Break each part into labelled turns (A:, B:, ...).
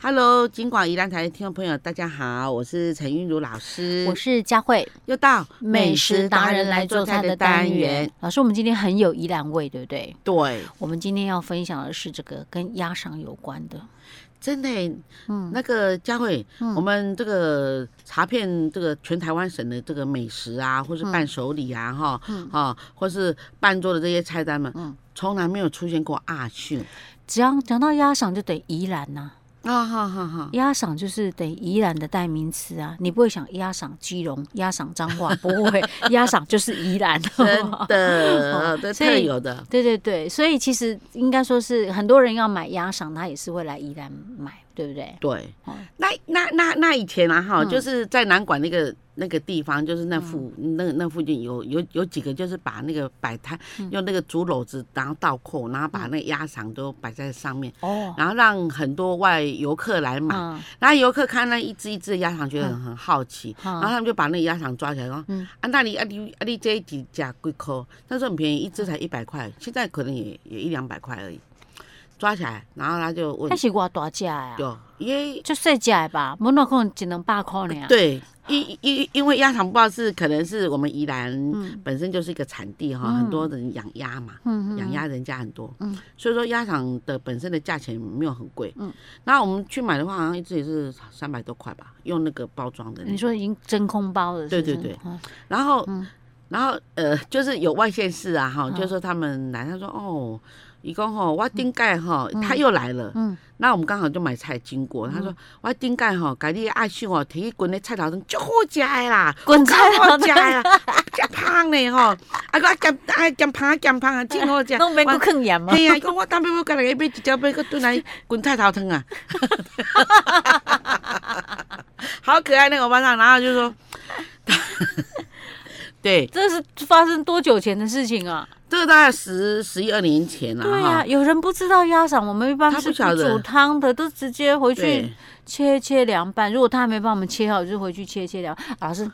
A: Hello，金广宜兰台的听众朋友，大家好，我是陈韵如老师，
B: 我是佳慧，
A: 又到
B: 单。。老师，我们今天很有宜兰味，对不对？
A: 对，
B: 我们今天要分享的是这个跟鸭肠有关的。
A: 真的耶，
B: 嗯，
A: 那个佳慧，
B: 嗯
A: 我们这个查遍这个全台湾省的这个美食啊，或是伴手礼啊，哈、
B: 嗯
A: 哈、或是伴做的这些菜单们，
B: 嗯
A: 从来没有出现过阿秀
B: 只要讲到鸭肠，就等于宜兰呐、
A: 啊，哈哈哈。
B: 鸭肠就是等于宜兰的代名词啊。你不会想鸭肠基隆、鸭肠彰化，不会，鸭肠就是宜兰。
A: 真 的，这
B: 所
A: 特
B: 以
A: 有的，
B: 对对对，所以其实应该说是很多人要买鸭肠，他也是会来宜兰买，对不对？
A: 对
B: 哦。
A: 那那那那以前啊，哈，
B: 嗯
A: 就是在南管那个那个地方，就是那附那那附近有有有几个，就是把那个摆摊
B: 嗯
A: 用那个竹篓子，然后倒扣，然后把那个鸭肠都摆在上面，
B: 哦，
A: 然后让很多外游客来买。
B: 嗯
A: 然后游客看那一只一只的鸭肠，觉得很很好奇，然后
B: 嗯
A: 他们就把那个鸭肠抓起来，说：“
B: 嗯
A: 啊，那你啊你啊你这一只价贵颗？那时候很便宜，一只
B: 嗯
A: 才一百块，现在可能也也一两百块而已。”抓起来，然后他就问
B: 那是偌大只的啊。
A: 有，因为
B: 就细只的吧，无哪可能一两百块啊呢？，
A: 对，因因因为鸭肠不知道是可能是我们宜兰
B: 嗯
A: 本身就是一个产地哈，很多人养鸭嘛，
B: 嗯
A: 养鸭人家很多，
B: 嗯
A: 所以说鸭肠的本身的价钱没有很贵，
B: 嗯
A: 那我们去买的话，好像一只也是三百多块吧，用那个包装的那个，
B: 你说已经真空包了，
A: 对
B: 是不
A: 对
B: 是
A: 对，
B: 嗯
A: 然后。
B: 嗯
A: 然后呃，就是有外县市啊，哈，
B: 嗯
A: 就是说他们来，他说哦，一共吼，我顶盖吼，他又来了，
B: 嗯，
A: 那我们刚好就买菜经过，他说：“我顶盖吼，家你的爱心吼，摕去滚咧菜头上，足好食的啦，
B: 滚
A: 足
B: 菜
A: 好
B: 头
A: 食的 啦，真香嘞吼，啊个啊咸啊咸芳啊咸芳啊，真好食。
B: 弄免
A: 我
B: 搁坑盐嘛，
A: 嘿啊，伊讲我当要要甲人买一条买个炖来滚菜头汤啊，好可爱那个班长，然后就说，对，
B: 这是发生多久前的事情啊？
A: 这个大概十十一二年前了
B: 对呀、
A: 哈
B: 啊，，有人不知道鸭掌，我们一般
A: 他
B: 是
A: 不晓得
B: 煮汤的，都直接回去
A: 对，
B: 切切凉拌。如果他还没帮我们切好，就回去切切凉。老师，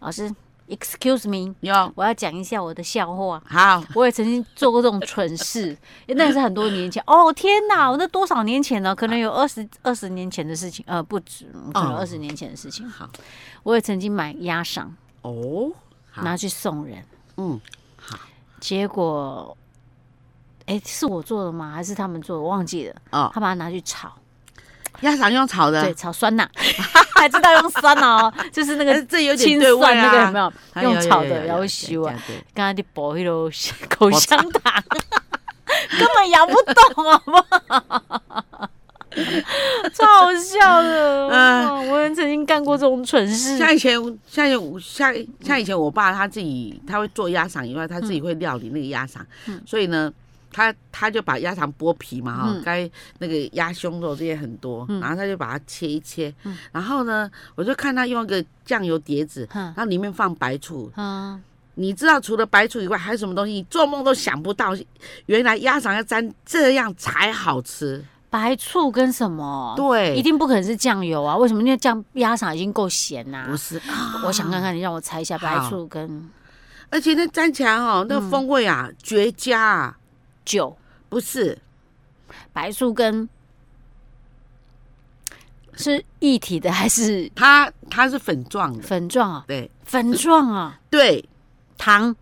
B: 老师，excuse me，
A: 有
B: 我要讲一下我的笑话。
A: 好，
B: 我也曾经做过这种蠢事，那也是很多年前。哦天哪，那多少年前呢？可能有二十二十年前的事情，呃，不止，嗯可能
A: 哦
B: 二十年前的事情。
A: 好
B: 我也曾经买鸭赏
A: 哦，好，
B: 拿去送人，
A: 嗯，好
B: 结果，哎，是我做的吗？还是他们做的？忘记了。
A: 哦。啊
B: 他把它拿去炒，
A: 鸭肠用炒的，
B: 对，炒酸奶， 还知道用酸奶哦，就是 那
A: 哎
B: 个
A: 这有点
B: 清
A: 对味
B: 蒜那个有
A: 啊
B: 没。有？
A: 哎
B: 用
A: 有有
B: 炒
A: 有
B: 的
A: 有
B: 然后
A: 有
B: 修啊
A: 这样对
B: 刚刚的薄 迄落口香糖，根本咬不动，好不好？超好笑的！
A: 哎
B: 哇我也曾经干过这种蠢事。
A: 像以前，像以前，
B: 嗯
A: 像像以前，我爸他自己他会做鸭肠以外，他自己会料理那个鸭肠，所以呢，他他就把鸭肠剥皮嘛哈
B: 嗯，
A: 该那个鸭胸肉这些很多，然后他就把它切一切，然后呢，我就看他用一个酱油碟子，
B: 嗯
A: 然后里面放白醋，
B: 嗯，
A: 你知道除了白醋以外还有什么东西？你做梦都想不到，原来鸭肠要沾这样才好吃，
B: 白醋跟什么？，
A: 对，
B: 哦一定不可能是酱油啊！为什么？因为酱鸭肠已经够咸呐、
A: 不是啊
B: 我想看看，你让我猜一下，白
A: 好
B: 醋跟
A: 而且那沾起来哦，那
B: 嗯
A: 个风味啊，绝佳啊！
B: 酒，
A: 不是，
B: 白醋跟是一体的还是
A: 它它是粉状的，
B: 粉状啊？
A: 对
B: 粉状啊，
A: 对，
B: 糖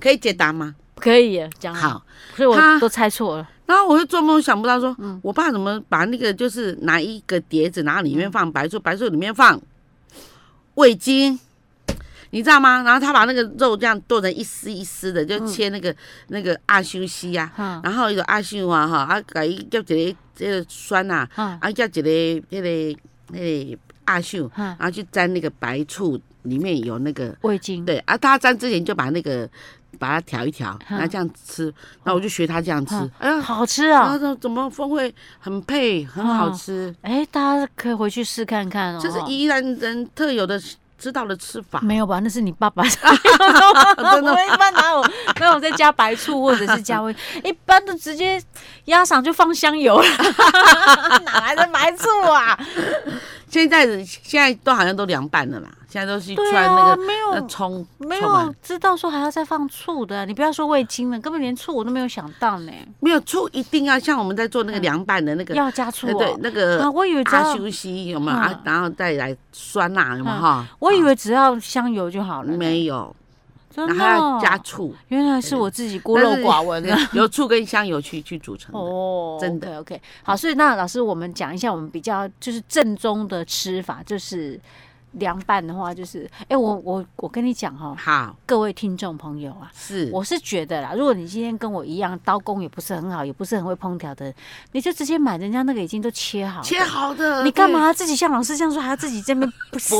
A: 可以解答吗？
B: 可以耶讲好，
A: 好，
B: 所以
A: 它
B: 我都猜错了。
A: 然后我就做梦想不到说，
B: 嗯
A: 我爸怎么把那个就是拿一个碟子，然后里面放白醋，白醋里面放味精，你知道吗？然后他把那个肉这样剁成一丝一丝的，就切那个、那个阿修西呀、
B: 嗯
A: 然后伊就阿修啊哈，啊甲伊夹一个这个酸啊，
B: 嗯
A: 啊夹一个迄、个迄、个阿秀，
B: 嗯
A: 然后去沾那个白醋，里面有那个
B: 味精，
A: 对啊，他沾之前就把那个把它调一调，
B: 嗯
A: 然后这样吃，那我就学他这样吃
B: 嗯，
A: 哎呀。
B: 好吃
A: 然后
B: 啊！
A: 说怎么风味很配，很好吃，
B: 哎，大家可以回去试看看哦。嗯
A: 这是宜兰人特有的知道的吃法。
B: 没有吧？那是你爸 爸我
A: 真的吗
B: 们一般 哪有哪有再加白醋或者是 加味，一般都直接鸭嗓就放香油了，哪来的白醋啊？
A: 现在现在都好像都凉拌了啦，现在都是
B: 对
A: 穿那
B: 啊，
A: 个、呃
B: 没
A: 那
B: 有
A: 葱，
B: 没
A: 葱啊
B: 有知道说还要再放醋的，啊你不要说味精了，根本连醋我都没有想到呢，
A: 没有醋一定要像我们在做那个凉拌的那个，
B: 嗯要加醋
A: 呃对
B: 哦。
A: 那个
B: 啊，我以为只
A: 阿
B: 要
A: 修西有没有啊
B: 嗯？
A: 然后再来酸辣有没有
B: 嗯
A: 哈？
B: 我以
A: 啊
B: 为只要香油就好了呢，
A: 没有，
B: 真
A: 然
B: 的
A: 后要
B: 哦
A: 加醋，
B: 原来是我自己孤陋寡闻 了。
A: 有醋跟香油去去组成的。
B: 哦，
A: 真
B: 的 OK, 好，所以那老师，我们讲一下我们比较就是正宗的吃法，就是凉拌的话，就是哎、我我我跟你讲哈、哦，
A: 好，
B: 各位听众朋友啊，
A: 是
B: 我是觉得啦，如果你今天跟我一样刀工也不是很好，也不是很会烹调的，你就直接买人家那个已经都切好的，
A: 切好的，
B: 你干嘛自己像老师这样说，还要自己这边
A: 剥
B: 撕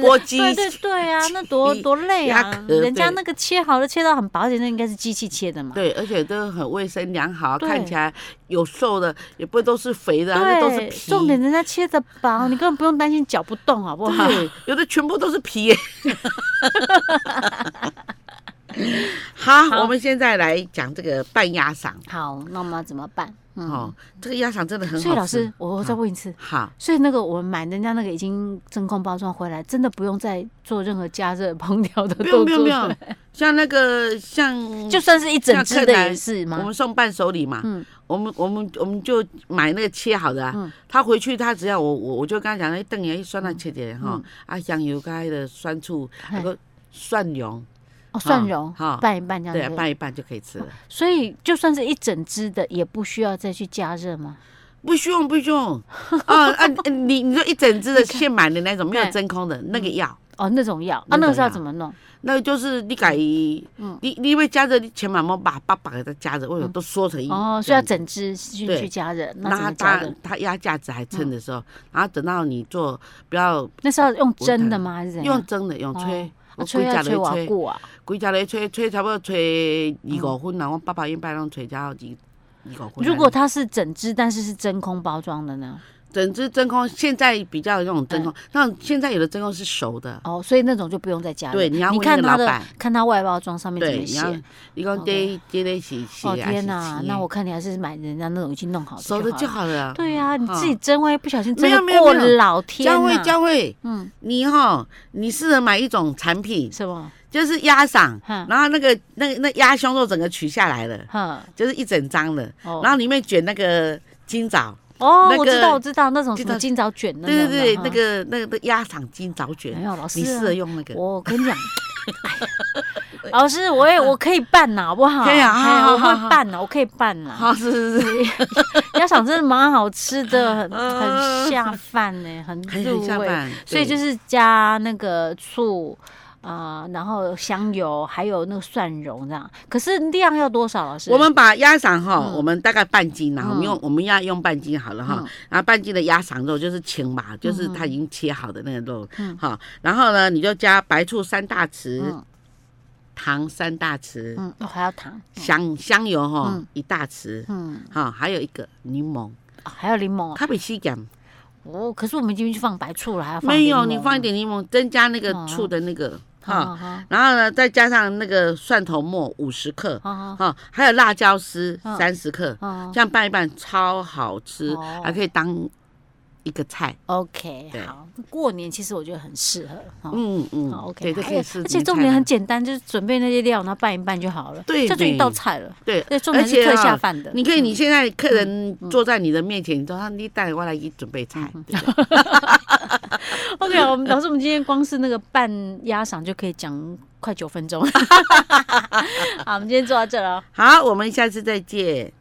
A: 剥鸡
B: 对对对啊，那 多多累啊
A: 鸭！壳
B: 人家
A: 对
B: 那个切好的，切到很薄，而且那应该是机器切的嘛。
A: 对？对，而且都很卫生良好，
B: 对
A: 看起来有瘦的，也不会都是肥的啊，那都是皮。
B: 重点人家切的 薄，你根本不用担心搅不动，好不好？
A: 对，有的全部都是皮耶。好，
B: 好
A: 我们现在来讲这个拌鸭嗓
B: 好，那我们要怎么办？嗯，
A: 哦，这个鸭嗓真的很好吃。
B: 所以老师，我我再问一次，
A: 好，
B: 所以那个我们买人家那个已经真空包装回来，真的不用再做任何加热烹调的
A: 不用
B: 动
A: 不用不
B: 作，
A: 用，像那个像
B: 就算是一整只
A: 像
B: 的
A: 柯南
B: 也是
A: 我
B: 吗？
A: 们送伴手礼嘛，
B: 嗯
A: 我们我们我们就买那个切好的、啊，
B: 嗯
A: 他回去他只要我我我就跟他讲，哎，邓爷一酸辣切点哈，啊香油该的酸醋，
B: 嗯嘿
A: 那个蒜蓉，
B: 哦，蒜蓉
A: 嗯好
B: 拌一拌这样
A: 对啊，
B: 子。
A: 拌一拌就可以吃了，
B: 所以就算是一整只的，也不需要再去加热吗？
A: 不需要不需要， 啊啊，你你说一整只的现买的那种没有
B: 对
A: 真空的那个要。
B: 哦，那种药啊，
A: 那种
B: 那个是要
A: 药
B: 怎么弄？
A: 那个就是你改，
B: 嗯
A: 你你因为加热，你前面毛把把把给它加热，为什么都缩成一？
B: 哦，所以要整只去
A: 对
B: 去加热，那怎
A: 那
B: 么加
A: 它
B: 嗯热？
A: 它压价值还撑的时候，然后等到你做不要
B: 那是要用
A: 我
B: 蒸的
A: 看
B: 吗？还是怎样
A: 用？蒸的，用
B: 哦
A: 吹，
B: 啊
A: 我
B: 吹
A: 规
B: 要
A: 家
B: 吹
A: 来
B: 瓦
A: 吹。
B: 固啊，
A: 规家来吹吹，差不多吹二五分啦。我爸爸因摆拢吹只二二五分。
B: 嗯
A: 啊
B: 如果它是整只，但是是真空包装的呢？
A: 整只真空，现在比较有那种真空，那种现在有的真空是熟的，
B: 嗯哦，所以那种就不用再加热。
A: 对你要问
B: 看
A: 那个
B: 它
A: 老
B: 的
A: 板，
B: 看它外包装上面怎
A: 对，
B: 么
A: 你要啊
B: 写。
A: 你讲这这类是是
B: 哦
A: 还是
B: 天哪，
A: 切
B: 那我看你还是买人家那种已经弄好的
A: 熟的就
B: 好了。
A: 好了。
B: 对啊，你
A: 嗯
B: 自己蒸，万一不小心蒸
A: 没有没
B: 的
A: 有
B: 过
A: 没有
B: 老天
A: 佳慧
B: 呐，
A: 佳慧，
B: 嗯，
A: 你哈，你适合买一种产品，
B: 什么？
A: 就是鸭嗓，
B: 哈
A: 然后那个那个那鸭胸肉整个取下来了，
B: 哈
A: 就是一整张的，
B: 哦
A: 然后里面卷那个金枣。
B: 哦
A: 那，
B: 我知
A: 个
B: 道我知道那种什
A: 金
B: 么
A: 枣
B: 金枣卷的
A: 对
B: 种的，
A: 对对，
B: 哈
A: 那个那个鸭肠筋早
B: 没
A: 卷，
B: 有老师
A: 你适
B: 啊
A: 合用那个。
B: 我跟你讲，哎呀老师，我也我可以办呐，好不好？
A: 可以啊
B: 哎呀
A: 好
B: 我
A: 好
B: 会
A: 好
B: 办呐，我可以办呐。
A: 好，是是是，
B: 鸭嗓真的蛮好吃 的，很
A: 嗯
B: 很下饭 呢，很
A: 很
B: 入
A: 很下
B: 味。
A: 饭。
B: 所以就是是加那个醋啊、然后香油，还有那个蒜蓉这样。可是量要多少，老啊师？
A: 我们把鸭肠哈，
B: 嗯
A: 我们大概半斤啦，我们
B: 嗯
A: 用我们要用半斤好了哈
B: 嗯。
A: 然后半斤的鸭肠肉就是青嘛，就是它已经切好的那个肉哈。然后呢，你就加白醋三大匙，
B: 嗯
A: 糖三大匙，
B: 嗯，哦还要糖，
A: 香香油哈
B: 嗯
A: 一大匙，
B: 嗯，
A: 哈，还有一个柠檬，
B: 哦还要柠檬哦
A: 它比西讲
B: 哦。可是我们已经去放白醋了，还要放
A: 没有，
B: 柠
A: 你啊
B: 檬
A: 放一点柠檬，增加那个
B: 哦
A: 醋的那个哈。
B: 好好好
A: 然后呢，再加上那个蒜头末五十克，
B: 好好
A: 哈、还有辣椒丝
B: 嗯
A: 三十克，
B: 好
A: 这样拌一拌超好吃，
B: 哦
A: 还可以当一个菜。
B: ，OK，
A: 对
B: 好。过年其实我觉得很适合。哦
A: 嗯嗯
B: 好，OK，
A: 对，这
B: 好
A: 可以吃
B: 而
A: 年菜的。
B: 且重点很简单，就是准备那些料，然后拌一拌就好了，
A: 对
B: 这就一
A: 对
B: 道菜了。
A: 对，
B: 对，重点是
A: 而且
B: 特
A: 啊
B: 下饭的。
A: 你可以，你
B: 嗯嗯
A: 现在客人坐在你的面前，你说啊你带我来给你准备菜，对不对
B: OK，我哦啊们老师，我们今天光是那个拌鸭嗓就可以讲快九分钟。 好，我们今天做到这了哦。
A: 好，我们下次再见。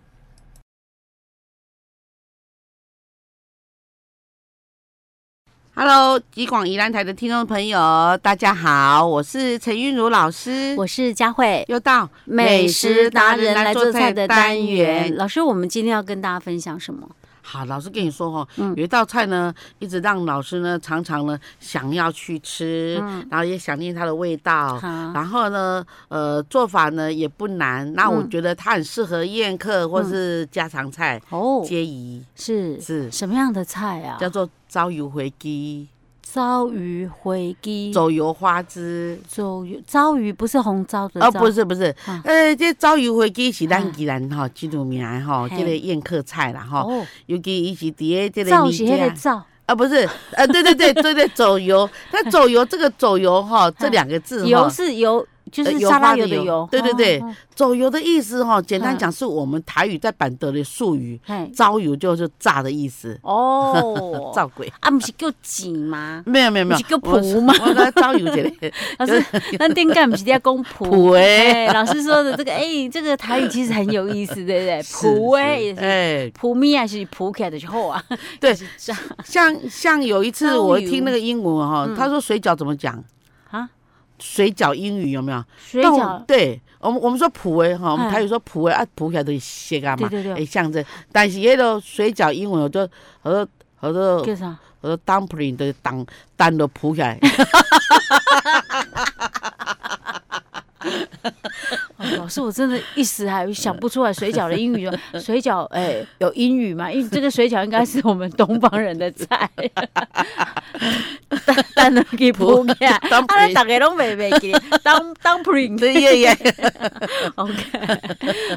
A: Hello，吉广宜兰台的听众朋友，大家好，我是陈韵如老师，
B: 我是佳慧，
A: 又到
B: 美食达人来做菜的单元。。老师，我们今天要跟大家分享什么？
A: 好，老师跟你说哦，
B: 嗯
A: 有一道菜呢，一直让老师呢常常呢想要去吃，
B: 嗯
A: 然后也想念它的味道。
B: 好，
A: 然后呢，呃，做法呢也不难，那我
B: 嗯
A: 觉得它很适合宴客或是家常菜、
B: 哦，
A: 皆宜，
B: 是
A: 是
B: 什么样的菜啊
A: 叫？做糟油回鸡、
B: 糟鱼回鸡，
A: 走油花枝。
B: 走鱼糟鱼不是红糟的糟，
A: 哦，不是不是
B: 嗯，
A: 呃，这糟油回鸡是
B: 嗯
A: 咱既然吼，基督名吼，
B: 嘿
A: 这个宴客菜啦吼，
B: 哦，
A: 尤其伊是伫诶这个
B: 糟
A: 年
B: 是那
A: 节
B: 个，糟，
A: 哦啊，不是，呃，对对对对对，走油。那走油这个走油哈，这两个字
B: 嗯油
A: 哈，
B: 是油，就
A: 呃
B: 是
A: 油
B: 沙
A: 花
B: 拉
A: 的
B: 油的
A: 油
B: 油，
A: 对对
B: 哦
A: 对
B: 哦
A: 走油的意思哈，简单
B: 嗯
A: 讲是我们台语在板德的术语，
B: 嘿，
A: 糟油就是炸的意思，，
B: 哦
A: 造鬼。
B: 啊，不是叫挤吗？
A: 没有没有没有，
B: 不是叫
A: 我
B: 蒲吗哎
A: 我刚糟油姐 嘞，
B: 老师， 咱顶干不是在讲蒲？
A: 蒲哎
B: 哎，老师说的这个，哎，这个台语其实很有意思，对不 对？
A: 是
B: 蒲哎，
A: 是
B: 也是
A: 哎，
B: 蒲米还是蒲起来的就好啊。
A: 对
B: 就是这样
A: 像像有一次
B: 糟
A: 我
B: 油
A: 听那个英文哈，
B: 嗯
A: 他说水饺怎么讲？
B: 啊，
A: 水饺英语有没有？
B: 水
A: 但我
B: 饺
A: 对我们我们说普威哈，我们
B: 嗯
A: 台语说普威啊，普起来都是斜啊嘛，
B: 对对对
A: 诶象征。但是迄个水饺英文我就我说我说
B: 叫啥？
A: 我说 dumpling 的当蛋都普 起来，
B: 哦老师，我真的一时还
A: 嗯
B: 想不出来水饺的英语 哦。水饺，哎，有英语吗？因为这个水饺应该是我们东方人的菜。 蛋蛋都给铺起来，
A: 当
B: 啊，咱
A: dumpling
B: 大家拢袂袂记得，当当 pring。
A: 对耶 耶，
B: OK，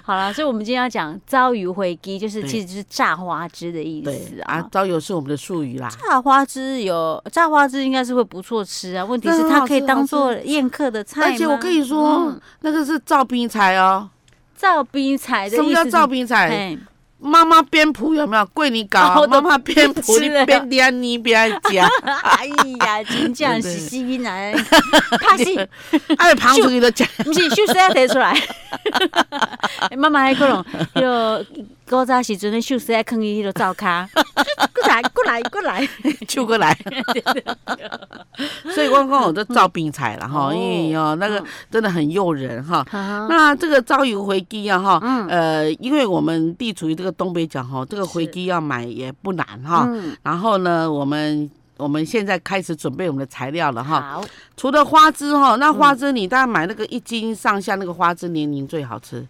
B: 好了，所以我们今天要讲糟鱼回鸡，就是
A: 对
B: 其实就是榨花枝的意
A: 对
B: 思
A: 啊
B: 啊，。
A: 糟油是我们的术语啦。
B: 榨花枝有榨花枝应该是会不错吃啊，问题是
A: 对
B: 它可以
A: 很好吃
B: 当做宴客的菜吗
A: 而且我跟你说
B: 嗯，
A: 那个是造冰菜哦。
B: 造冰彩的
A: 什么
B: 哎意
A: 叫
B: 思是，
A: 造冰菜？
B: 哎，
A: 妈妈边谱有没有？桂林搞啊妈
B: 哦都
A: 妈边谱，
B: 吃
A: 你
B: 了
A: 边点你啊边 夹，
B: 哎呀，真
A: 对
B: 正
A: 对
B: 是死囡仔，拍死，
A: 哎，旁出去都夹。
B: 不是秀丝提出 来。妈妈还可能就古早时阵的秀丝在坑伊迄个灶卡，过来过来过来，
A: 揪过来， 所以光光我都造冰彩了哈，
B: 哦
A: 因为哦那个真的很诱人哈。
B: 啊
A: 那这个糟油回鸡啊哈，
B: 嗯
A: 呃，因为我们地处于这个东北角哈，这个回鸡要买也不难哈。
B: 嗯，
A: 然后呢，我们我们现在开始准备我们的材料了哈。
B: 好，嗯
A: 除了花枝哈，那花枝你大概买那个一斤上下那个花枝年龄最好吃，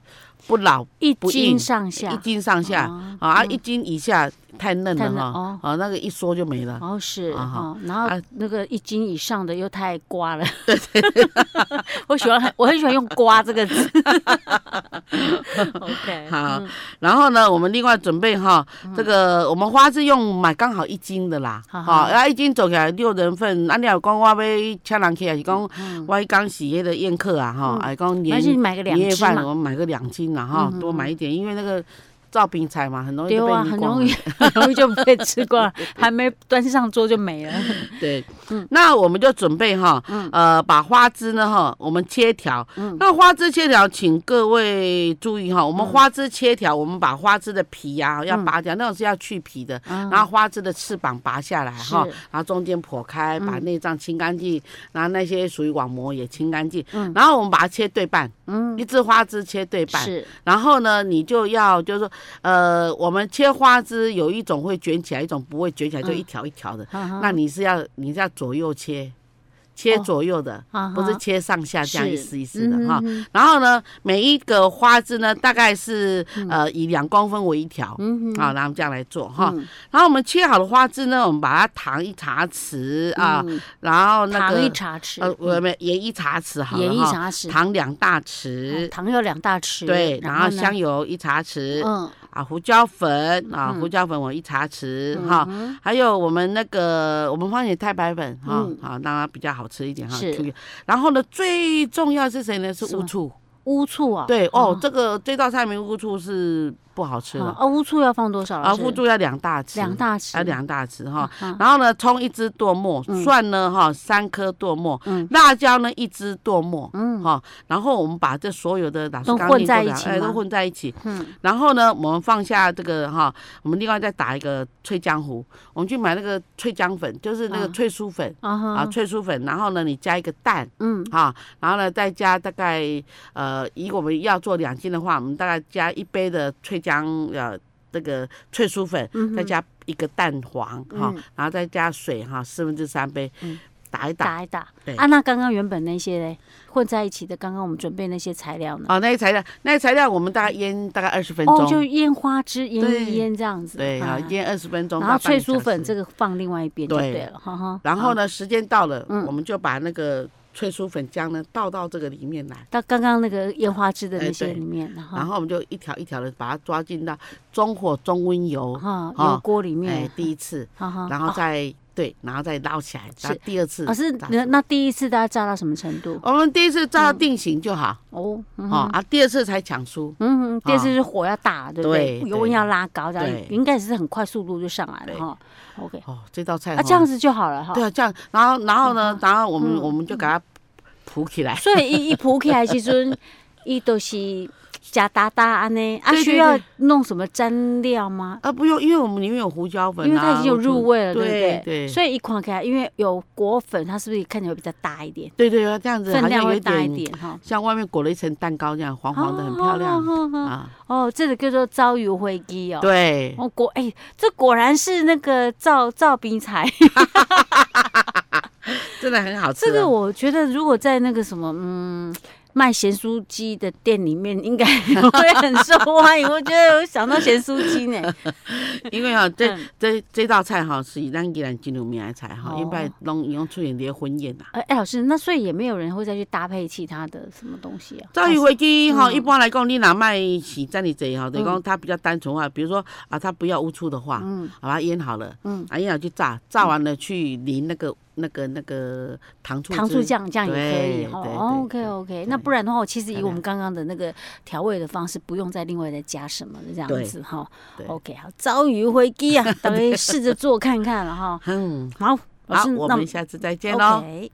A: 不老
B: 一
A: 不硬
B: 斤上下
A: 一，斤上下
B: 哦
A: 啊，一斤以下太嫩
B: 太
A: 了
B: 嫩
A: 哈
B: 哦，
A: 啊那个一缩就没了。
B: 哦是
A: 啊哈
B: 哦，然
A: 啊
B: 后那个一斤以上的又太瓜了， 我喜欢我很喜欢用“瓜”这个 字。OK，嗯
A: 好，然后呢，我们另外准备哈，这个我们花是用买刚好一斤的啦，
B: 好
A: 好，
B: 好
A: 然后一斤走起来六人份，啊，你若讲我要请人去，还是啊讲我刚洗迄个宴客啊，哈，
B: 嗯
A: 还是讲
B: 而且你
A: 年
B: 买个两
A: 年夜
B: 只
A: 饭
B: 嘛，
A: 我买个两斤啦，哈
B: 嗯，嗯
A: 多买一点，因为那个造饼菜嘛，很容易就
B: 丢
A: 被
B: 啊，
A: 你
B: 很
A: 光
B: 容
A: 了
B: 易很容易就被吃光了，还没端上桌就没了。
A: 对，
B: 嗯
A: 那我们就准备哈，呃，把花枝呢哈，我们切条。
B: 嗯
A: 那花枝切条，请各位注意哈，我们花枝切条，我们把花枝的皮呀、要拔掉，那种是要去皮的。
B: 嗯
A: 然后花枝的翅膀拔下来哈
B: 是，嗯
A: 然后中间剖开，把内脏清干净，然后那些属于网膜也清干净
B: 嗯。
A: 然后我们把它切对半，
B: 嗯，
A: 一只花枝切对半。
B: 是
A: 然后呢，你就要就是说，呃，我们切花枝有一种会卷起来，一种不会卷起来，就
B: 嗯
A: 一条一条的。那
B: 那
A: 你是要你是要左右切，切
B: 哦
A: 左右的，不是切上下这样一丝一丝的哈。，
B: 嗯哼
A: 然后呢，每一个花枝呢，大概是呃以两公分为一条。啊
B: 嗯嗯哼
A: 好，然后这样来做哈。
B: 嗯
A: 然后我们切好的花枝呢，我们把它糖一茶匙啊，
B: 嗯
A: 然后那
B: 糖
A: 个
B: 一茶匙嗯
A: 呃，，我们盐一茶匙好了
B: 盐一
A: 哈
B: 茶匙，
A: 糖两大
B: 哦
A: 匙，
B: 糖要两大匙，
A: 对，然后
B: 呢
A: 香油一茶匙
B: 嗯
A: 啊，胡椒粉啊，
B: 嗯
A: 胡椒粉我一茶匙
B: 嗯
A: 哈。
B: 哼
A: 还有我们那个，我们放一点太白粉哈，好、
B: 嗯
A: 让它比较好吃一点哈。
B: 是
A: Q Q 然后呢，最重要是谁呢？是
B: 什
A: 乌
B: 么
A: 醋。
B: 乌醋啊，
A: 对哦，
B: 嗯
A: 这个这道菜名乌醋是不好吃的
B: 好啊，乌醋要放多少？
A: 啊，
B: 老师
A: 乌醋要两大匙，
B: 两大匙，
A: 要两大匙哈。
B: 嗯
A: 然后呢，葱一支剁末，
B: 嗯
A: 蒜呢哈三颗剁末，
B: 嗯
A: 辣椒呢一支剁末。
B: 嗯
A: 哈，然后我们把这所有的老师
B: 都
A: 刚
B: 混
A: 念
B: 在
A: 过的
B: 一起
A: 哎都
B: 吗
A: 混在一起，
B: 嗯，
A: 然后呢，我们放下这个哈，我们另外再打一个脆浆糊，我们去买那个脆浆粉，就是那个
B: 嗯
A: 脆酥粉、
B: 啊
A: 啊，
B: 哈，
A: 脆酥粉。然后呢，你加一个蛋
B: 嗯
A: 哈、然后呢再加大概呃，以我们要做两斤的话，我们大概加一杯的脆浆呃那个脆酥粉，
B: 嗯哼
A: 再加一个蛋黄哈、
B: 嗯
A: 然后再加水哈，四分之三杯
B: 嗯，
A: 打一打。
B: 打一打
A: 对。
B: 啊，那刚刚原本那些嘞，混在一起的，刚刚我们准备那些材料呢？
A: 哦，那些材料，那些材料我们大概腌大概二十分钟，
B: 哦，就腌花枝腌
A: 对
B: 一腌这样子，
A: 对，好
B: 啊
A: 腌二十分钟到
B: 然
A: 半
B: 后
A: 个小时。
B: 脆酥粉这个放另外一边就
A: 对
B: 对了，哈哈。
A: 然后
B: 呢？
A: 呢，时间到了，
B: 嗯
A: 我们就把那个脆酥粉浆呢倒到这个里面来，
B: 到刚刚那个烟花汁的
A: 哎
B: 那些
A: 对
B: 里面，然后
A: 然后我们就一条一条的把它抓进到中火中温油，
B: 哈
A: 哦
B: 油锅里
A: 哎
B: 面，，
A: 第一次，
B: 哈哈
A: 然后
B: 哦
A: 再对，然后再捞起来，然后
B: 是
A: 第二次
B: 哦是
A: 炸
B: 那
A: 出
B: 那第一次大家炸到什么程度？
A: 我们第一次炸到定型就好，
B: 哦，嗯
A: 哦啊，第二次才抢酥，
B: 嗯，第二次是火要大，对不对？
A: 对
B: 油温要拉高，这
A: 对
B: 样应该也是很快速度就上来
A: 对
B: 了哈。OK，
A: 哦，这道菜
B: 啊，
A: 哦
B: 这样子就好了哈。
A: 对啊，这样，然后然后呢，然后我们我们就给它铺起来，
B: 所以伊伊铺起来的时阵，伊都是假哒哒安尼，啊
A: 对对
B: 需要弄什么蘸料吗？
A: 啊，不用，因为我们里面有胡椒粉啊，
B: 因为它已经有入味了，
A: 对
B: 对不对？
A: 对
B: 所以一看起来，因为有果粉，它是不是看起来会比较大一点，
A: 对对对，这样子好
B: 分量
A: 像有
B: 会大一
A: 点
B: 点哈？
A: 像外面裹了一层蛋糕这样，黄黄的，很漂亮
B: 哦哦哦哦
A: 啊。
B: 哦，这个叫做糟油灰鸡哦。
A: 对，
B: 哦，果哎、这果然是那个赵赵 冰才。
A: 真的很好吃啊。
B: 这个我觉得，如果在那个什么，嗯，卖咸酥鸡的店里面，应该 会很受欢迎。我觉得我想到咸酥鸡 呢，
A: 因为哈，这
B: 嗯
A: 这这道菜哈是咱宜兰金牛名的菜哈，
B: 哦
A: 一般拢用出现伫婚宴啊啦。
B: 哎、哎，老师，那所以也没有人会再去搭配其他的什么东西啊？
A: 章鱼
B: 哦
A: 回鸡哈，
B: 嗯
A: 一般来讲，你若卖起占你贼哈，等于讲它比较单纯化，比如说啊，它不要污出的话，
B: 嗯
A: 好吧，腌好了，
B: 嗯，
A: 啊，腌好就炸，炸完了去淋那个那个那个糖醋
B: 糖醋
A: 汁，
B: 酱酱也可以
A: 对
B: 哦
A: 对对
B: 哦。OK
A: 对
B: OK，
A: 对
B: 那不然的话，我其实以
A: 漂
B: 我
A: 亮
B: 们刚刚的那个调味的方式，不用再另外再加什么的这
A: 对
B: 样子哈
A: 对。
B: OK，好，章鱼回鸡啊，等会试着做看看了哈。
A: 嗯，
B: 好，老
A: 好
B: 师，，
A: 我
B: 那
A: 们下次再见喽。
B: OK。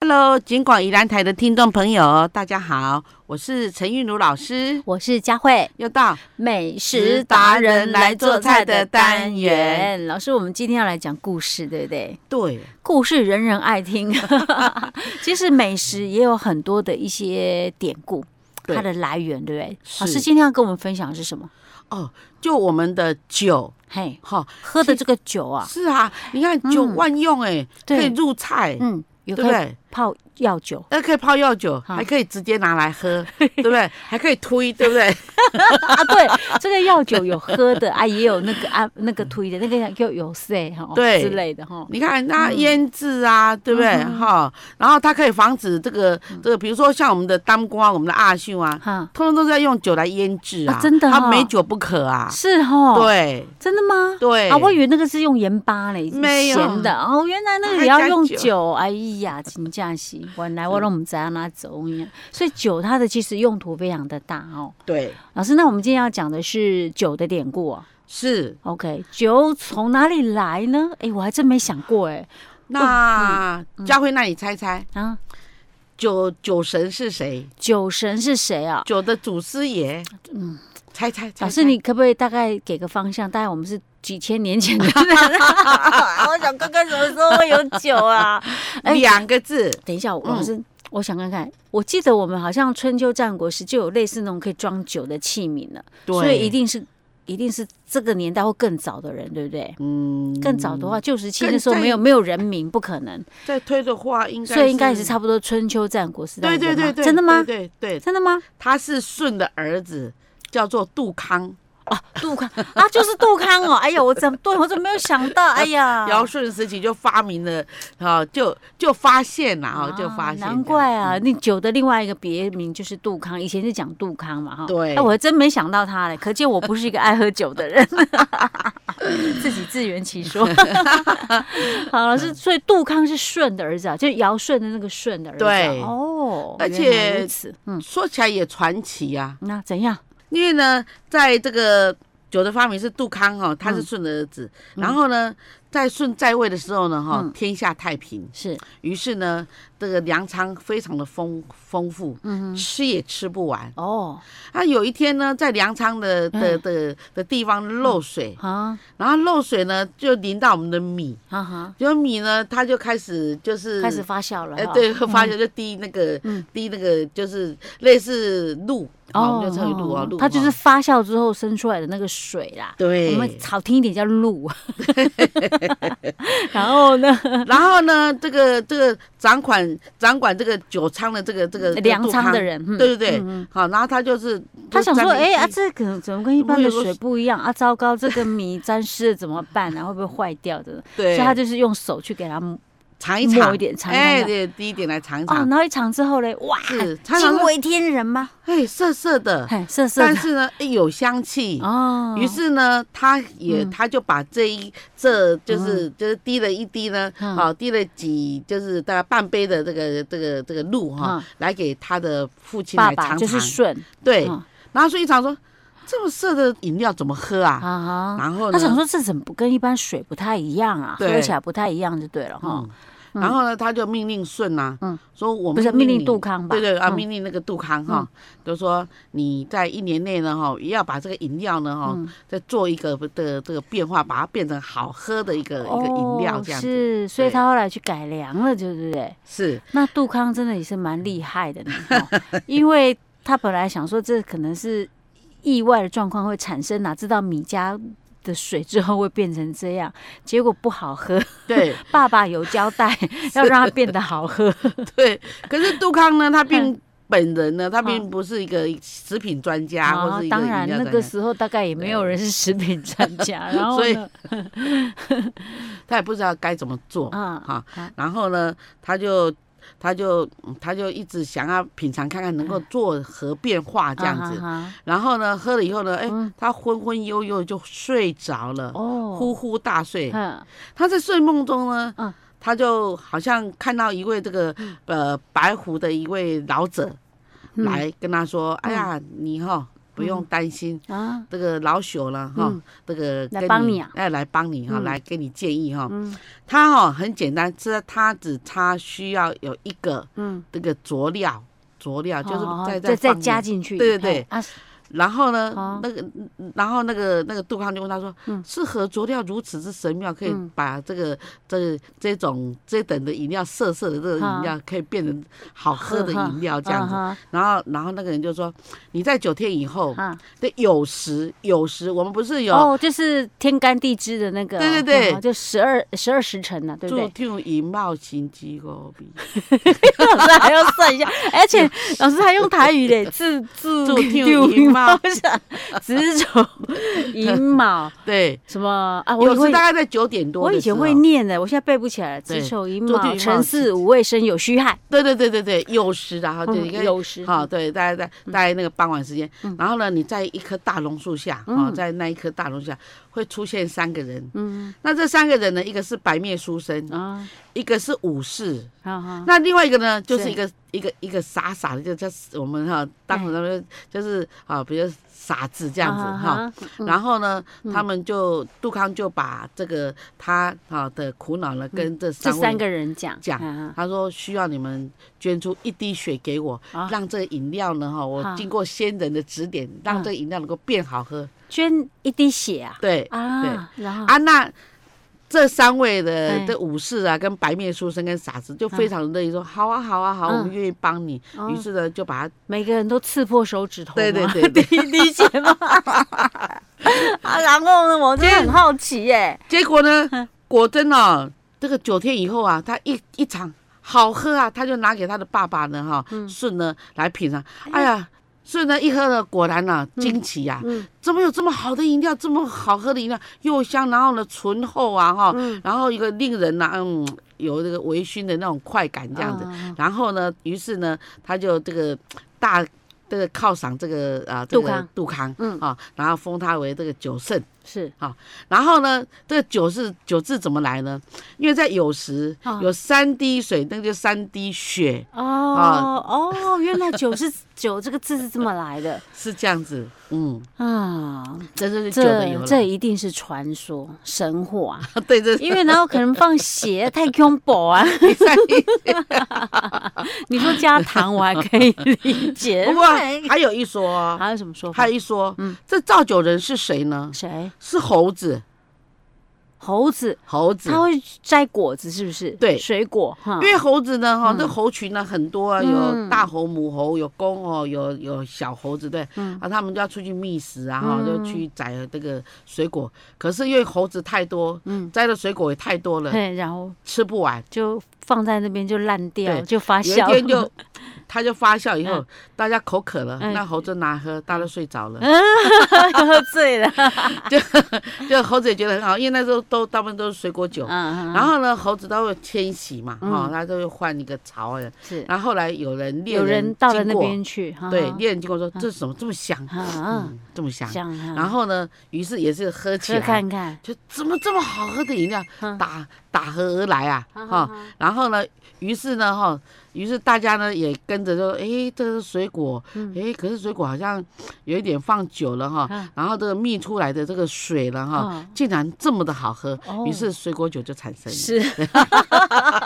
A: Hello，尽管宜兰台的听众朋友，大家好，我是陈韵如老师，
B: 我是佳慧，
A: 又到
B: 美食达人来做菜的单元。老师，我们今天要来讲故事，对不对？
A: 对
B: 故事人人爱听， 其实美食也有很多的一些典故，
A: 对
B: 它的来源，对不对？
A: 是
B: 老师今天要跟我们分享的是什么？
A: 哦，就我们的酒
B: 嘿，
A: 哈，
B: 喝的这个酒啊，
A: 是啊，你看酒
B: 嗯
A: 万用哎、可以
B: 对，
A: 入菜，
B: 嗯，有
A: 对
B: 可
A: 不
B: 以
A: 对？
B: 泡药酒，
A: 那可以泡药酒，
B: 好
A: 还可以直接拿来 喝，对不对？还可以推，对不对？
B: 啊，对，这个药酒有喝的 啊，也有那个啊那个推的那个叫有塞哈，
A: 对
B: 之类的哈，
A: 你看那腌制啊，对不对？
B: 嗯
A: 哈、然后它可以防止这个这个，比如说像我们的当瓜、我们的阿秀啊，
B: 哈，
A: 通通都是在用酒来腌制啊，
B: 啊真的
A: 它
B: 哦
A: 没酒不可啊。
B: 是哈，，
A: 对
B: 真的吗？
A: 对
B: 啊，我以为那个是用盐巴嘞，
A: 没有
B: 咸的哦，原来那个也要用酒。哎呀，真正是，原来我都不知道哪种呀。所以酒它的其实用途非常的大哦。
A: 对
B: 老师，那我们今天要讲的是酒的典故哦。
A: 是
B: OK，酒从哪里来呢？哎，我还真没想过哎哦
A: 那
B: 嗯
A: 佳慧，那你猜猜
B: 啊，
A: 酒酒神是谁？
B: 酒神是谁啊？
A: 酒的祖师爷，嗯，猜猜猜，
B: 老师，
A: 猜
B: 你可不可以大概给个方向？大概我们是几千年前的人， 我想看看什么时候会有酒啊？哎
A: 两个字，
B: 等一下，我老师，
A: 嗯
B: 我想看看，我记得我们好像春秋战国时就有类似那种可以装酒的器皿了，所以一定是一定是这个年代或更早的人，对不对？
A: 嗯
B: 更早的话，旧石器
A: 更
B: 那时候
A: 在
B: 没有没有人名，不可能，
A: 再推的话，应该
B: 所以应该也是差不多春秋战国时代
A: 对
B: 的
A: 对对
B: 人嘛
A: 对，
B: 真的吗？
A: 对对，对
B: 真的吗？
A: 他是舜的儿子，叫做杜康，
B: 杜康啊，就是杜康哦！哎呀，我怎么对我怎么没有想到？哎呀，
A: 尧舜时期就发明了，啊，就就发现了啊，就发现，嗯
B: 难怪啊，那酒的另外一个别名就是杜康，以前是讲杜康嘛哈。
A: 对
B: 哎，我还真没想到他嘞，可见我不是一个爱喝酒的人，自己自圆 其说。好，老
A: 嗯
B: 师，所以杜康是舜的儿子啊，就是尧舜的那个舜的儿子啊。
A: 对
B: 哦，
A: 而且
B: 原来如此，嗯，
A: 说起来也传奇啊，
B: 那怎样？
A: 因为呢，在这个酒的发明是杜康哈、他是
B: 嗯
A: 舜的儿子，
B: 嗯
A: 然后呢，在舜在位的时候呢，哈、
B: 嗯
A: 天下太平，
B: 是，
A: 于是呢，这个粮仓非常的丰丰富，
B: 嗯哼，
A: 吃也吃不完。
B: 哦，
A: 他有一天呢，在粮仓的
B: 嗯
A: 的的的地方漏水，
B: 啊，
A: 然后漏水呢就淋到我们的米，
B: 哈哈，
A: 有米呢，它就开始就是
B: 开始，发酵了
A: 哎、
B: 哈。
A: 对，发现就滴那个、
B: 嗯
A: 滴那个就是类似露，哦，我们就称为露啊，露，
B: 它就
A: 哈
B: 是发酵之后生出来的那个水啦。
A: 对，
B: 我们好听一点叫露，然后呢，
A: 然后呢，这个这个掌管掌管这个酒仓的这个这个
B: 粮仓的，人，
A: 这
B: 嗯
A: 个杜康对对对，好，然后他就是
B: 他想说，
A: 就沾
B: 哎、
A: 一
B: 啊，这个怎么跟一般
A: 会
B: 的
A: 有个
B: 水不一样啊？糟糕，这个米沾湿了怎么办啊？会不会坏掉的？所
A: 对，
B: 以他就是用手去给它抹
A: 尝一尝
B: 一，点，尝
A: 哎，
B: 一下。
A: 对，第一点来尝一
B: 哦，啊
A: 尝
B: 然，后一尝之后嘞，哇，
A: 是他想
B: 惊
A: 说，
B: 为天人吗？
A: 哎，涩涩的，
B: 嘿，涩涩
A: 但
B: 的
A: 是呢，哎有香气。
B: 哦，
A: 于是呢，他也、
B: 嗯
A: 他就把这一这就是、就是滴了一滴呢，
B: 嗯
A: 啊，滴了几就是大概半杯的这个这个这个露哈、
B: 嗯
A: 来给他的父亲
B: 爸
A: 来
B: 爸
A: 尝尝。
B: 就是顺
A: 对，
B: 嗯
A: 然后所以常说这么涩的饮料怎么喝
B: 啊
A: 啊？
B: 哈。
A: 然后
B: 他
A: 呢，
B: 想说这怎么不跟一般水不太一样啊？
A: 对
B: 喝起来不太一样就对了哈
A: 嗯。然后呢，他就命令顺呐、啊，
B: 嗯
A: 说我
B: 不
A: 们
B: 是命令杜康吧？
A: 对对啊，
B: 嗯
A: 命令那个杜康哈，就说你在一年内呢哈，也要把这个饮料呢哈，
B: 嗯
A: 再做一个的这个变化，把它变成好喝的一个、一个饮料
B: 哦
A: 这样子。
B: 是，所以
A: 对
B: 他后来去改良了，对不对？
A: 是
B: 那杜康真的也是蛮厉害的呢， 哦因为他本来想说这可能是意外的状况会产生，哪知道米家的水之后会变成这样，结果不好喝。
A: 对
B: 爸爸有交代，要让它变得好喝。
A: 对，可是杜康呢，他并
B: 嗯
A: 本人呢，他并
B: 嗯
A: 不是一个食品专家或是一个
B: 啊当
A: 饮
B: 然
A: 料
B: 那
A: 专
B: 个
A: 家，
B: 时候大概也没有人是食品专家，然后
A: 所以
B: 呢，
A: 他也不知道该怎么做。
B: 啊，
A: 哈，然后呢，他就他就嗯他就一直想要品尝看看能够做何变化这样子。
B: 嗯啊
A: 然后呢，喝了以后呢，哎
B: 嗯，
A: 他昏昏悠悠就睡着了
B: 哈，哦，
A: 呼呼大睡。
B: 嗯
A: 他在睡梦中呢
B: 嗯，
A: 他就好像看到一位这个呃白狐的一位老者
B: 嗯
A: 来跟他说：“哎呀，你哈不用担心。”
B: 啊，
A: 这个老朽了哈
B: 嗯，
A: 这个
B: 来
A: 跟
B: 帮你啊
A: 哎，来帮你哈，
B: 嗯
A: 来给你建议哈。
B: 嗯
A: 它哈、很简单，这它只差需要有一个
B: 嗯，
A: 这个佐料，佐料啊就是
B: 哦
A: 再
B: 再
A: 再
B: 再
A: 放
B: 加
A: 入。
B: 进去，
A: 对对对
B: 嘿啊，
A: 然后呢，
B: 哦
A: 那个然后那个那个杜康就问他说：“
B: 嗯
A: 是何佐料如此之神妙，可以
B: 嗯
A: 把这个、这这种这等的饮料涩涩的这个饮料，可以变成好喝的饮料这样子？”
B: 啊
A: 然后然后那个人就说：“你在九天以后
B: 哈，啊
A: 的有时有时我们不是有
B: 哦，就是天干地支的那个哦，
A: 对对对
B: 哦就十二十二时辰呢，对不
A: 注
B: 对？
A: 定以貌型机构比。”
B: 老师还要算一下，而且老师还用台语嘞，自自
A: 自丢银毛，
B: 子丑寅卯
A: 对，
B: 什么啊？我
A: 有
B: 以
A: 时
B: 为
A: 大概在九点多
B: 我以
A: 的时
B: 前
A: 候。
B: 会念的，我现在背不起来了。
A: 对
B: 子丑寅
A: 做地
B: 卯
A: 狱
B: 辰
A: 帽
B: 巳午未申酉戌亥，
A: 对对对对对，有时然后对，
B: 嗯
A: 一个
B: 酉时嗯
A: 好，对，大概在大概那个傍晚时间，然后呢，你在一棵大榕树下啊，
B: 嗯
A: 在那一棵大榕树下会出现三个人，
B: 嗯
A: 那这三个人呢，一个是白面书生，
B: 啊，
A: 一个是武士，
B: 好好
A: 那另外一个呢，就是
B: 是
A: 一个一个一个傻傻的，就叫我们哈，当时他们就是啊，比如傻子这
B: 这
A: 样子哈。，
B: 嗯
A: 然后呢，他们就杜康就把这个他啊的苦恼呢，跟这
B: 嗯这
A: 三位
B: 三个人讲
A: 讲
B: 啊
A: 他说需要你们捐出一滴血给我，
B: 啊
A: 让这个饮料呢哈，我
B: 好
A: 经过先人的指点，
B: 啊
A: 让这个饮料能够变好喝。
B: 捐一滴血啊
A: 对
B: 啊，然后
A: 啊，那这三位的
B: 哎啊
A: 这武士啊，跟白面书生跟傻子就非常乐意说好啊好啊好，
B: 嗯
A: 我们愿意帮你。
B: 哦
A: 于是呢，就把他
B: 每个人都刺破手指头吗，
A: 对对对 对
B: 滴一滴血吗？ 啊，然后呢，我真的很好奇耶，
A: 结果呢，果真哦，这个九天以后啊，他一一尝好喝啊，他就拿给他的爸爸呢哈，舜呢来品尝。哎呀，舜呢一喝呢，果然呢、啊、惊奇呀、
B: 嗯
A: 怎么有这么好的饮料，这么好喝的饮料，又香，然后呢醇厚啊哈，
B: 嗯
A: 然后一个令人呐、嗯有这个微醺的那种快感这样子。
B: 嗯
A: 然后呢，于是呢，他就这个大。这个犒赏这个啊，这
B: 杜
A: 个
B: 康
A: 杜康，
B: 嗯
A: 啊，然后封他为这个九圣，
B: 是
A: 然后呢，这个酒是酒字怎么来呢？因为在有时、
B: 啊
A: 有三滴水，那个就三滴血，啊
B: 哦哦，原来酒是酒这个字是这么来的
A: 是这样子。嗯，
B: 啊，
A: 这就是酒的由
B: 这这
A: 来。
B: 一定是传说神话，
A: 对，这是
B: 因为然后可能放血太恐怖啊，
A: 第三滴。
B: 你说加糖我还可以理 解，哎
A: 不过还有一说哦，
B: 还有什么说法
A: 还？有一说，
B: 嗯
A: 这造酒人是谁呢？
B: 谁？
A: 是猴子。
B: 猴子，
A: 猴子，
B: 它会摘果子，是不是？
A: 嗯对
B: 水果哈
A: 因。为猴子呢，哈、
B: 嗯
A: 这猴群呢很多啊，
B: 嗯
A: 有大猴、母猴，有公哦，有有小猴子，对，
B: 嗯
A: 啊，他们就要出去觅食啊，哈、
B: 嗯
A: 就去摘这个水果。可是因为猴子太多，
B: 嗯，
A: 摘的水果也太多了，
B: 对，然后
A: 吃不完。
B: 就放在那边就烂掉，
A: 对
B: 就
A: 有
B: 发
A: 一
B: 酵
A: 天就
B: 了。，
A: 它就发酵以后，大家口渴了，
B: 嗯
A: 那猴子拿喝，大家都睡着了，
B: 就 喝醉 了。
A: 就猴子也觉得很好，因为那时候都大部分都是水果酒。
B: 嗯，
A: 然后呢，猴子都会迁徙嘛，
B: 嗯
A: 哈、它就会换一个巢了。
B: 是
A: 然后后来有人猎
B: 有人到了那
A: 经过
B: 边去，啊哈嗯
A: 对，
B: 哈
A: 猎人经过说：“这怎么这么香？
B: 啊，
A: 嗯，这么香。
B: 这”样哈，
A: 然后呢，于是也是喝起
B: 吃
A: 来，
B: 看看，
A: 就怎么这么好喝的饮料
B: 嗯，
A: 打打喝而来啊，
B: 哈
A: 哈。
B: 哈
A: 然后呢，于是呢，哈，于是大家呢也跟着说：“诶，这是水果，诶，可是水果好像有一点放久了
B: 嗯
A: 哈，然后这个蜜出来的这个水了哈，
B: 嗯
A: 竟然这么的好喝
B: 哦，
A: 于是水果酒就产生了。
B: 是，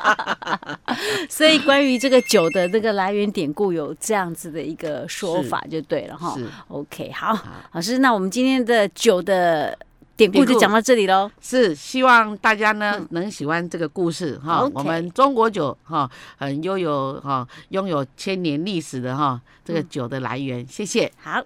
B: 所以关于这个酒的那个来源典故有这样子的一个说法就对了哈。
A: 是
B: OK，好，老师，那我们今天的酒的典故
A: 典故
B: 就讲到这里喽。
A: 是，希望大家呢、能喜欢这个故事哈。
B: OK
A: 我们中国酒哈，很拥有哈，拥有千年历史的哈，这个酒的来源。谢谢。
B: 好，